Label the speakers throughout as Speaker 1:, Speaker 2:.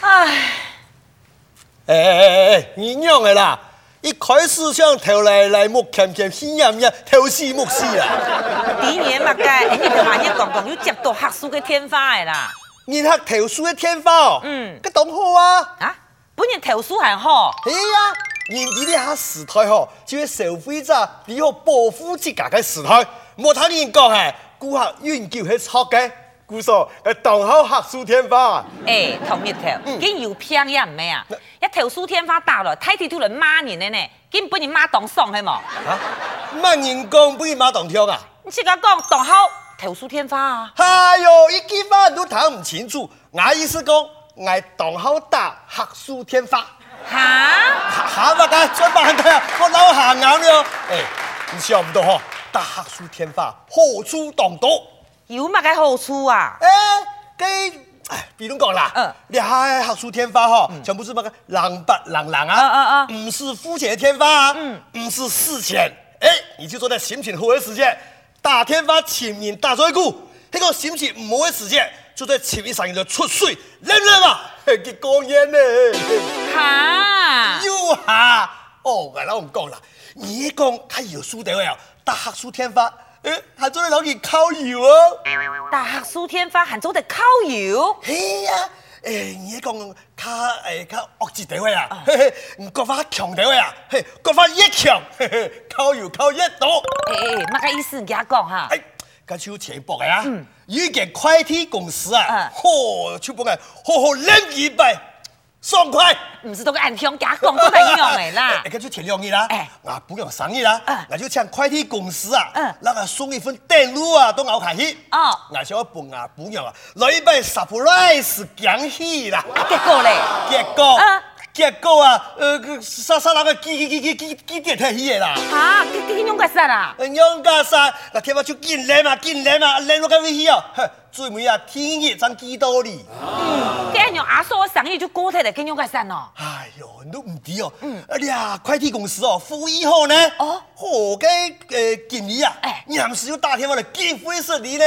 Speaker 1: 哎
Speaker 2: 哎哎哎，你娘的啦！一开始想投来来木看看，心呀呀，投死木死啦！
Speaker 1: 第一年嘛该，哎，你就话你讲讲，有接到学术嘅天花的啦。
Speaker 2: 你那投书的天花哦，
Speaker 1: 嗯
Speaker 2: 个懂好啊！
Speaker 1: 啊，本人投诉还好，
Speaker 2: 哎呀，你你的下时代吼，就会消费者你要保护自家的时代，莫听人讲哎，顾客永久去错嘅，故说呃，懂好学术天花。啊
Speaker 1: 哎，同一投，跟有偏也唔咩啊？一投诉天花打了，太地都人骂人的呢，跟本人骂当爽系冇？
Speaker 2: 啊，慢人工不如马当跳啊！
Speaker 1: 你自家讲当好投诉天花啊？
Speaker 2: 哎呦，一句话都谈唔清楚，我意思讲，我当好打学术天花，
Speaker 1: 哈？
Speaker 2: 哈哈嘛噶，转板的，我老下眼了。哎，你想不到吼，打学术天花好处当多。
Speaker 1: 有乜嘅好处啊？
Speaker 2: 哎，给，哎，比如讲啦，
Speaker 1: 嗯
Speaker 2: 你还学术天花吼，全部是那个狼八狼狼
Speaker 1: 嗯
Speaker 2: 啊，
Speaker 1: 嗯
Speaker 2: 不是肤浅的天花啊，
Speaker 1: 嗯
Speaker 2: 不是事前，哎，你就坐在心情好的时间，打天花前面打水鼓，那个心情唔好的时间，就在前面上就出水，冷冷嘛，嘿去讲烟呢，
Speaker 1: 哈？
Speaker 2: 又下，哦，我老唔讲啦，你一讲他有输得了，打哦学术天花，哎，还做在老去烤油哦。
Speaker 1: 打学术天花还做得靠油？
Speaker 2: 嘿呀，诶，你讲较诶较恶一地位啊，嘿嘿，唔国法强地位啊，嘿，国法越强，嘿嘿，靠又靠越多，
Speaker 1: 哎哎，乜嘅意思？人家讲哈？
Speaker 2: 哎，甲手钱薄个啊，有一间快递公司啊
Speaker 1: 嗯，
Speaker 2: 好手薄个，好好冷一摆，爽快。
Speaker 1: 唔是都个暗香家讲都系一样的啦
Speaker 2: 哎。，就天亮你啦
Speaker 1: 哎，
Speaker 2: 啊，不用生意啦
Speaker 1: 嗯，
Speaker 2: 我就请快递公司啊
Speaker 1: 嗯，
Speaker 2: 那个送一份电路啊，到我开去。
Speaker 1: 哦
Speaker 2: 我想要帮啊，不用啊，来一杯 surprise 惊喜啦。
Speaker 1: 结果嘞，
Speaker 2: 结果
Speaker 1: 啊，
Speaker 2: 结果啊，呃，个杀杀那个机机机机机机电太稀的啦。
Speaker 1: 哈，这这用个啥啦？
Speaker 2: 呃娘家杀，那天我就进来嘛，进来嘛，来我个危险哦。哼最尾啊，天热长几多哩？
Speaker 1: 这用阿叔的生意就过体了，跟用个啥哦？
Speaker 2: 哎呦，你都唔知哦。啊，你啊，快递公司哦，负一号呢？
Speaker 1: 嗯哦
Speaker 2: 好个呃，经理啊
Speaker 1: 哎，
Speaker 2: 你不是又打电话来警会说你呢？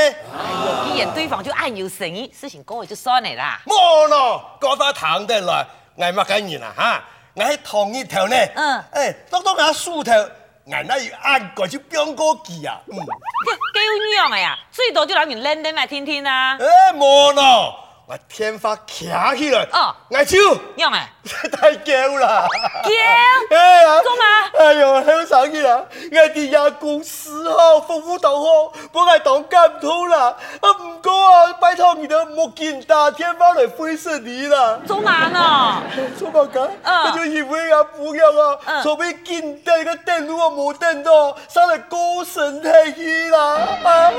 Speaker 1: 既然对方就暗有神意，事情过去就算了啦。
Speaker 2: 莫咯，讲翻谈得来，挨乜紧人啊哈？我喺同一头呢，
Speaker 1: 嗯
Speaker 2: 哎，当当下梳头，挨那要按过去表哥记啊， 嗯，
Speaker 1: 这这有样的呀，最多就让人冷冷来听听啊。
Speaker 2: 哎莫咯，我天花卡起来，
Speaker 1: 哦
Speaker 2: 我手
Speaker 1: 样哎，
Speaker 2: 太叫啦，
Speaker 1: 叫
Speaker 2: 哎呀，
Speaker 1: 做嘛
Speaker 2: 哎呦，好生意啦，我哋也公司好，服务到好，本来当监督啦，啊唔过啊，拜托你都莫见大天花来灰色你啦。
Speaker 1: 做嘛呢？
Speaker 2: 做乜噶？
Speaker 1: 嗯
Speaker 2: 佢就以為啊不要啊，
Speaker 1: 嗯
Speaker 2: 除非見到個電路啊冇電到，生嚟高神太氣啦！啊，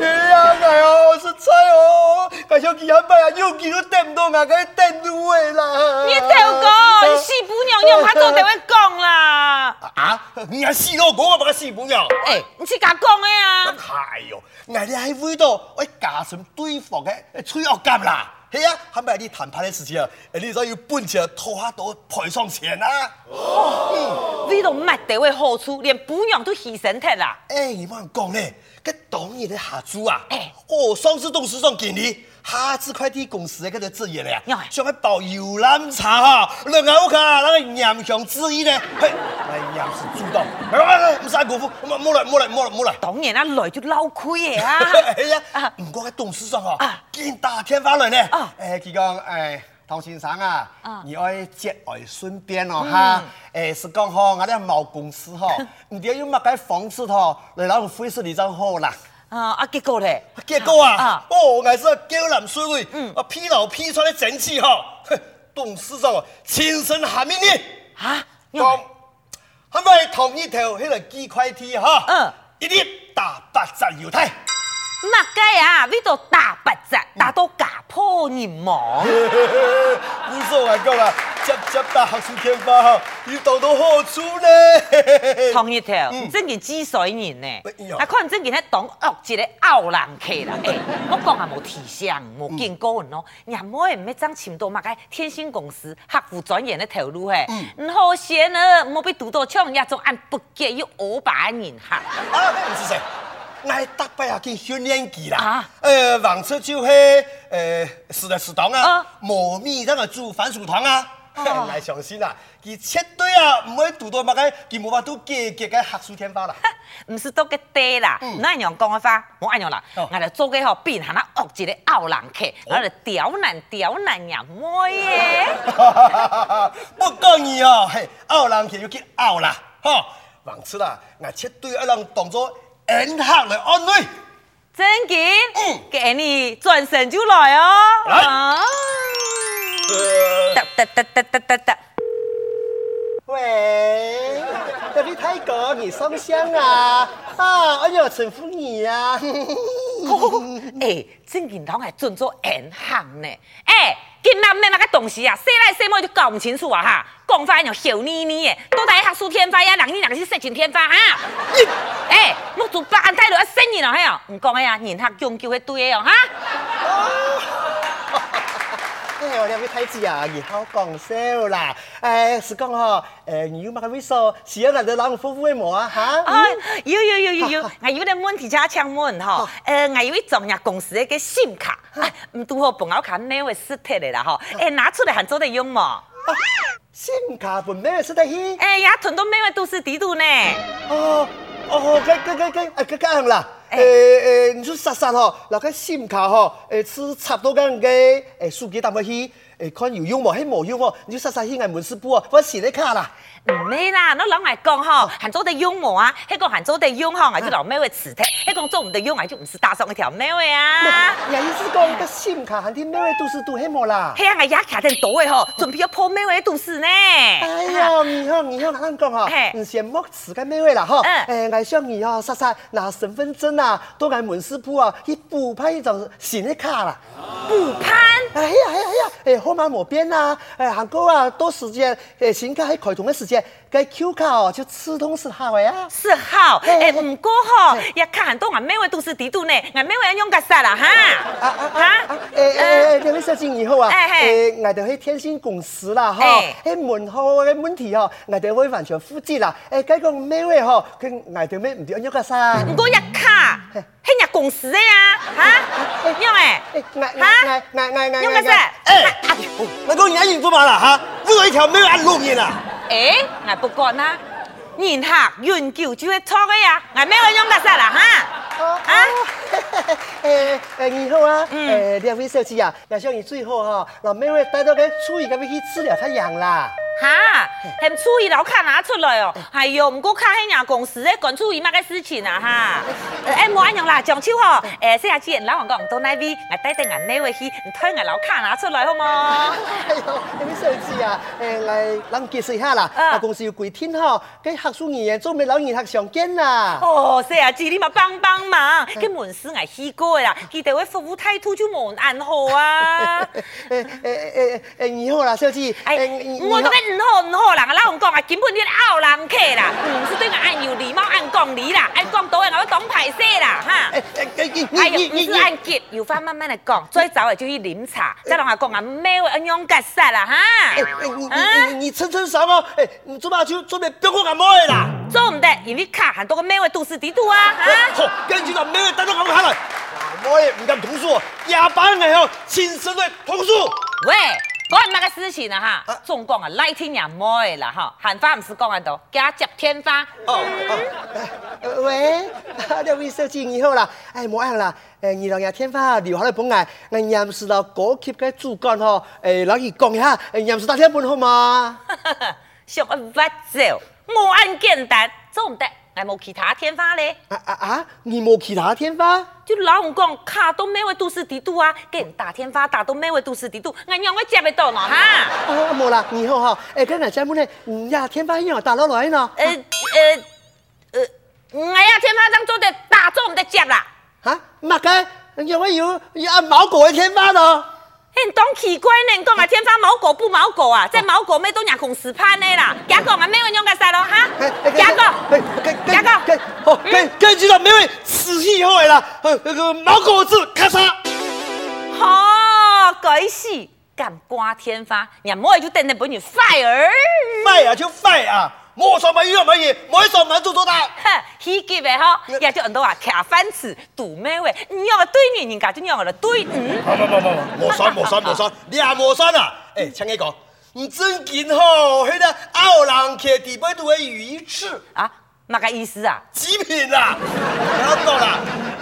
Speaker 2: 哎呀，哎呀，我出差哦，介紹幾下拜啊，又見到電唔到眼嘅電路嘅啦。
Speaker 1: 你头哥，你四姑娘用他做就会讲啦。
Speaker 2: 啊？你係死老公啊，把個死本友。
Speaker 1: 哎，你自家讲的啊。
Speaker 2: 哎呦，我你喺味道，我哎加上對方哎嘅脆弱感啦。係啊，係咪你談判嘅事情啊？你就要本錢拖下到賠償錢啊！
Speaker 1: 你都没得位好处，连姑娘都牺牲掉啦。
Speaker 2: 哎，你们讲呢，搿当年的下注啊，
Speaker 1: 哎
Speaker 2: 哦，上次董事长给你，下次快递公司的搿个职业嘞
Speaker 1: 呀哎，
Speaker 2: 想要包游览茶哈，两个我看那个娘香之一呢，嘿，哎，娘是主动，哎哎，哎唔使辜负，莫莫来莫来莫来莫来。
Speaker 1: 当然啊，来就捞亏的 啊。
Speaker 2: 哎呀
Speaker 1: 啊，
Speaker 2: 唔过喺董事长哦
Speaker 1: 啊，
Speaker 2: 见大天花來呢
Speaker 1: 啊，
Speaker 2: 誒佢講誒。唐先生啊
Speaker 1: 啊，嗯
Speaker 2: 你愛節外順變哦哈！誒是講吼，我哋冇公 司吼，唔知用乜嘅方式吼嚟攞灰色你就好啦。
Speaker 1: 啊啊，结果嘞？
Speaker 2: 結果啊
Speaker 1: 啊，嗯
Speaker 2: 哦，我是叫人水位，啊批老批出嚟整氣吼，哼董事長哦親身喊命令，
Speaker 1: 啊，娘
Speaker 2: 講
Speaker 1: 哎
Speaker 2: 係咪同一條迄個機快梯哈？
Speaker 1: 嗯
Speaker 2: 一日打八十猶太。
Speaker 1: 乜嘅啊？呢度打八折，打到家破人亡。
Speaker 2: 不是我讲啦，接接打黑树天花哈，你得到好处呢。
Speaker 1: 同一條，真件知水人
Speaker 2: 哎
Speaker 1: 呢
Speaker 2: 呦，
Speaker 1: 啊，可能真件喺當惡一個傲人客啦。誒，我講也冇提醒，冇見過人哦咯。人妹唔要爭潛到乜嘅天星公司客户轉型嘅頭路嘿，唔好啊寫呢，冇俾讀到槍，一種按不計要五百人客。
Speaker 2: 啊，不是谁，我搭配下啊去训练机啦
Speaker 1: 啊。
Speaker 2: 呃，往出就是呃，食的食堂啊
Speaker 1: 啊，哦
Speaker 2: 磨米那个煮番薯汤啊。嘿 来相信啦，伊绝对啊唔会读到乜个，佢冇法度解决嘅学术天花啦。
Speaker 1: 唔是都个低啦，那样讲嘅话，我安样啦，
Speaker 2: 哦
Speaker 1: 我哋做嘅吼变下那恶一个傲人客，我哋刁难刁难人妹耶，
Speaker 2: 不过伊哦，嘿，拗人佢要去拗啦，吼，王啊出啦，我绝对要人当做恩客来安慰。
Speaker 1: 真经
Speaker 2: 嗯，
Speaker 1: 给你转身就来哦。
Speaker 2: 来呃
Speaker 1: 啊哒哒哒哒哒哒哒，
Speaker 2: 喂，这里泰国你上香啊？啊，哎呦，臣服你 啊！
Speaker 1: 哎，真经堂还准做银行呢，哎，今南的那个东西啊，说来说去就搞唔清楚啊哈，讲法又笑眯眯的，都在学术天花呀，人你人是色情天花哈。哎，我做白安泰就要生人了嘿哦，唔讲哎呀，人客用叫迄对的哦哈。
Speaker 2: 哎呦，两位太子啊，你好讲笑啦！哎，是讲吼，哎，你有乜位数？是要俺的老夫妇的么啊？哈？
Speaker 1: 啊，有有有有有，我有啲问题想请问吼
Speaker 2: 好，
Speaker 1: 呃，我有一种呀公司的个信卡，啊唔拄好本我卡那位失脱的啦吼，哎，拿出来还做得用么？
Speaker 2: 信卡本咩是得去？
Speaker 1: 哎呀，屯到每位都是敌度呢，
Speaker 2: 哦哦，该该该该，哎，该该样啦！哎
Speaker 1: 哎
Speaker 2: 哎，你说啥啥吼？那个信卡吼，哎，是插到个个哎手机打不去，哎，看有用冇？嘿冇用哦，你说啥啥去俺门市部哦，我写的卡啦。
Speaker 1: 唔咩啦，我老外讲吼，还做得用么啊？迄个还做得用吼，我就老每位辞退，迄个做唔得用，哎我就唔是搭上一条每位啊。
Speaker 2: 呀，意思讲个信卡，喊啲咩位都是都黑冇啦。
Speaker 1: 嘿啊，我牙卡真多的吼，准备要破每位都是呢。
Speaker 2: 哎呀，你好，你好，哪能讲哈
Speaker 1: 啊嘿？
Speaker 2: 唔是莫吃个咩位啦哈？
Speaker 1: 嗯
Speaker 2: 哎，我想你哦，莎莎拿身份证啊，到俺门市部啊，去补拍一张新的卡啦。
Speaker 1: 补潘。
Speaker 2: 哎呀，哎呀，哎呀，哎，号码冇变啊，哎，韩国啊，多时间，哎，新卡喺开通的时间，该 Q 卡哦就刺痛是好的啊。
Speaker 1: 是好，
Speaker 2: 嘿
Speaker 1: 诶，
Speaker 2: 嘿
Speaker 1: 唔过吼
Speaker 2: 嘿，
Speaker 1: 也看很多俺妹妹都是敌度呢，俺妹妹用个啥啦哈？
Speaker 2: 啊啊啊
Speaker 1: 哈
Speaker 2: 啊！诶诶诶，两位小姐以后啊，
Speaker 1: 哎嘿
Speaker 2: 诶，我哋去天星公司啦，哈
Speaker 1: 哎，
Speaker 2: 诶门口嘅问题哦，我哋会完全负责啦。诶，解讲咩位吼，佢我哋咩唔对，因個啥？
Speaker 1: 唔过也卡，
Speaker 2: 嘿
Speaker 1: 迄也公司的呀，哈
Speaker 2: 嘿？
Speaker 1: 用诶，
Speaker 2: 诶，我我
Speaker 1: 哈？
Speaker 2: 我我我我
Speaker 1: 用个啥？
Speaker 2: 诶，我讲人家做嘛啦哈，不有一条咩按路面啦。
Speaker 1: 呃诶，俺不管啦，人客永久就会错的啊呀，俺妹妹用个啥啦哈？
Speaker 2: 啊
Speaker 1: 啊！
Speaker 2: 诶诶，你好啊！
Speaker 1: 嗯
Speaker 2: 诶，两位小姐啊，我想你最好哈，老妹妹带到个初一个去治疗太阳啦。
Speaker 1: 哈，很注意老卡拿出来哦。哎呦，唔过卡迄nhà 公司咧，管注意乜个事情啊哈。呃哎，冇安样啦，张超吼，诶，四下子老王讲到那边，我带定眼妹回去，唔推眼老卡拿出来好冇？
Speaker 2: 哎呦，两位小姐啊，诶，来，咱们解释一下啦。
Speaker 1: 啊
Speaker 2: 啊，公司有几天吼，跟学术语言做咩老语学常见啦。
Speaker 1: 哦，四下子你嘛帮帮忙，
Speaker 2: 嗯
Speaker 1: 去门市我去过 的啦，记得位服务态度就冇安好啊。
Speaker 2: 诶诶诶诶，你好啦，小姐。
Speaker 1: 哎，
Speaker 2: 诶你
Speaker 1: 我都跟唔好唔好啦，老王讲啊，根本你拗人客 啦，唔是对我按有礼貌按讲理啦，按讲到的我要讲排泄啦哈。
Speaker 2: 诶诶诶，你
Speaker 1: 哎
Speaker 2: 你
Speaker 1: 呀，唔
Speaker 2: 你
Speaker 1: 是
Speaker 2: 你。
Speaker 1: 按急，有法慢慢嚟讲。最早的就去飲茶，再同我講啊，咩會咁樣格殺啦
Speaker 2: 哎哎，你
Speaker 1: 哈？啊，
Speaker 2: 你你蹭蹭啥嘛？哎，你做嘛就做咩表哥阿妹啦？
Speaker 1: 做唔得，因為卡很多個咩會都是地度啊哈。
Speaker 2: 好，跟住就咩得到咁下嚟，我也唔敢投訴，廿班嘅後親身去投訴。
Speaker 1: 喂，講乜嘅事情啊哈
Speaker 2: 啊？
Speaker 1: 總講啊，賴天也妹啦哈，喊花唔是講喺度，加接天花。
Speaker 2: 哦哦，呃 喂，兩位小姐你好啦，哎冇按啦，誒二郎廿天花留下嚟本藝，我廿是到嗰級嘅主幹嗬，誒攞嚟講一下，誒廿是打天本好嘛？
Speaker 1: 想一挖走，我按簡單，做唔得，還冇其他天花咧。
Speaker 2: 啊啊啊！你冇其他天花？
Speaker 1: 就老王講卡到咩會都是地度啊，給人打天花打到咩會都是地度，俺讓我接唔到咯哈。
Speaker 2: 啊冇啦，你好哈，誒跟人家本咧，廿天花一樣打落來呢。
Speaker 1: 呃呃呃，哎呀，天花张做的打中我们的脚啦，
Speaker 2: 嚇，乜嘅？有冇有有按毛果嘅天花咯？
Speaker 1: 很懂奇怪呢，你讲啊，天花毛狗不毛狗啊，这毛狗咩都廿公司判的啦，假讲啊，没人用个啥咯哈，假讲，Dạ
Speaker 2: 加个，跟好跟跟住就每位死去以后啦，呃那个毛狗子咔嚓，
Speaker 1: 好，该死，敢刮天花，你莫就等等本人 fire。
Speaker 2: 卖啊就卖啊，莫上班又乜嘢，莫上班做做大。
Speaker 1: 喜剧的吼，也就很多啊，卡饭吃，赌妹喂，你要对你，人家就让我来对你。
Speaker 2: 不不不不，莫删莫删莫删，你也莫删啊！哎，请你讲，你真紧吼，迄个澳人客底背都会鱼翅
Speaker 1: 啊，那个意思啊？
Speaker 2: 极品啦，然后到啦。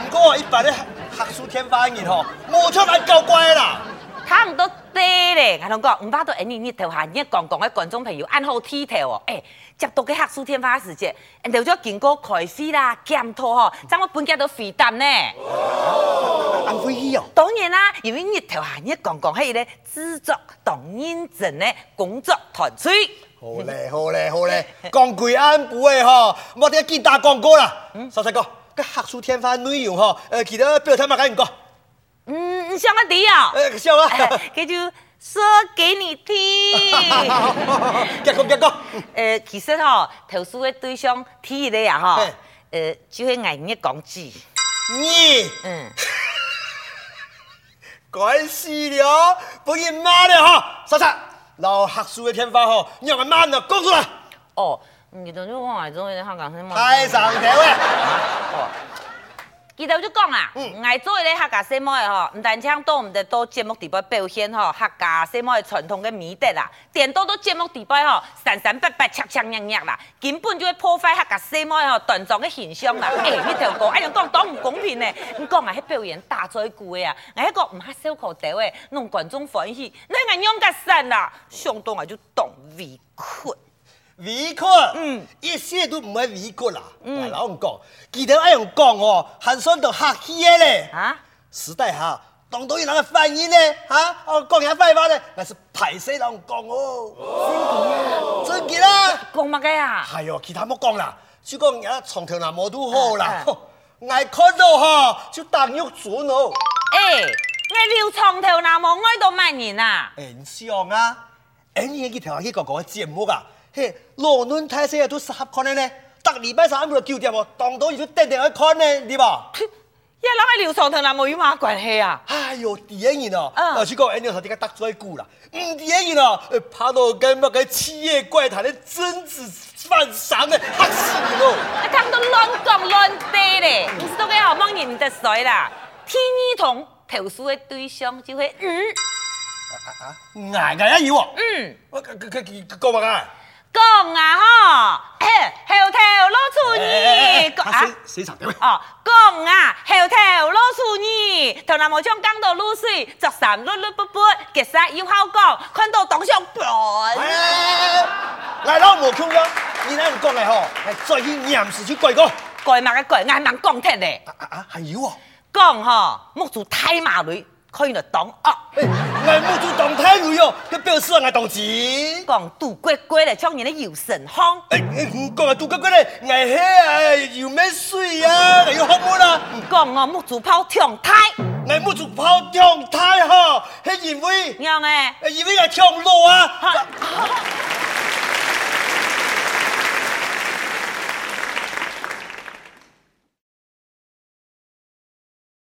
Speaker 2: 不过一般的学术天花人吼，无出来搞怪啦。
Speaker 1: 他们都对咧，我同讲，唔巴都按你日头下日讲讲嘅观众朋友按好剃头哦，诶、接到嘅黑暑天花时节，人哋就经过开会啦、检讨吼，怎么本家都肥淡呢？
Speaker 2: 安徽去哦，
Speaker 1: 当然啦，因为日头下日讲讲系咧制作当认真嘅工作团队。
Speaker 2: 好嘞好嘞好嘞，讲贵安不会吼，我得记打广告啦。三三哥，个学术天花内容吼，呃，记得表态嘛，赶紧讲。
Speaker 1: 嗯，像个迪哦，
Speaker 2: 呃，笑啊，
Speaker 1: 哎佢就说给你 听。
Speaker 2: 别讲别讲。
Speaker 1: 呃，其实吼、投诉的对象提的呀吼
Speaker 2: 嘿，
Speaker 1: 呃，就会爱你讲句，
Speaker 2: 你
Speaker 1: 嗯，
Speaker 2: 该死了，不给骂了哈！莎莎，老学术的天花吼，你让我骂了，讲出来。
Speaker 1: 哦，你都就我来做的香港什么？
Speaker 2: 太上头了，
Speaker 1: 哦，记得我就讲啊，爱做的客家什么的吼，唔但像到我们的到节目底部表现吼，客家什么的传统的美德啦，点到到节目底部吼，闪闪白白、赤赤亮亮啦，根本就会破坏客家什么的吼团长的形象啦。 哎、你条讲，哎呀，讲讲唔公平呢，你讲啊，迄表演打最句的啊，哎，迄个唔较小口袋的，弄观众欢喜，那个样个散啦，上当啊就当委屈。
Speaker 2: 委屈，嗯，一些都唔会委屈啦。嗯，老唔讲，记得爱用讲哦，寒酸都客气的嘞。
Speaker 1: 啊，
Speaker 2: 时代下，当到有人的反应呢，啊，哦，讲人快话呢，那是排死人讲哦。真嘅啦。
Speaker 1: 讲乜嘅啊？
Speaker 2: 哎呦，其他莫讲啦，就讲人家床头那毛都好啦
Speaker 1: 啊啊，
Speaker 2: 吼爱看到哈就当玉准哦。
Speaker 1: 哎、我留床头那么爱都骂人啊！
Speaker 2: 很像啊，哎，你去听下去讲讲节目啊，嘿，罗伦太些都适合看的呢。得礼拜三不就九点哦，当到伊就等等去看呢，对吧？
Speaker 1: 呀，那个留床头那么有嘛关系啊？
Speaker 2: 哎呦，电影哦，
Speaker 1: 嗯
Speaker 2: 老实讲，哎，你头先个得罪久啦，嗯，电影哦，呃拍到跟那个《七夜怪谈》的贞子犯傻的，吓死人哦！
Speaker 1: 啊，他们都乱讲乱对咧，不是都给好梦人得水啦？天意同投诉的对象就会嗯
Speaker 2: 哎，哎呀，有哦，
Speaker 1: 嗯
Speaker 2: 我讲讲讲讲嘛啊！
Speaker 1: 讲啊吼，后头老出你讲啊
Speaker 2: 谁谁场的？
Speaker 1: 哦讲啊后头老出你，头那么像讲到露水，着衫绿绿卜卜，结实有好讲，看到当上盘。
Speaker 2: 哎，来了，我看了，你那讲来吼，来再去严实去改讲。
Speaker 1: 怪嘛个怪，俺人讲铁咧。
Speaker 2: 啊啊啊，还有啊，
Speaker 1: 讲吼，木住太麻女，可以来当恶。
Speaker 2: 哎，俺母猪当太女哦，佮表示俺当钱。
Speaker 1: 讲杜龟龟咧，像人咧游神风，
Speaker 2: 哎，讲啊，杜哥哥嘞，俺嘿啊，又咩水啊，又好冇啦。
Speaker 1: 讲哦木住跑跳胎，
Speaker 2: 俺母猪跑跳太好，迄因为
Speaker 1: 样诶，
Speaker 2: 因为俺跳路啊，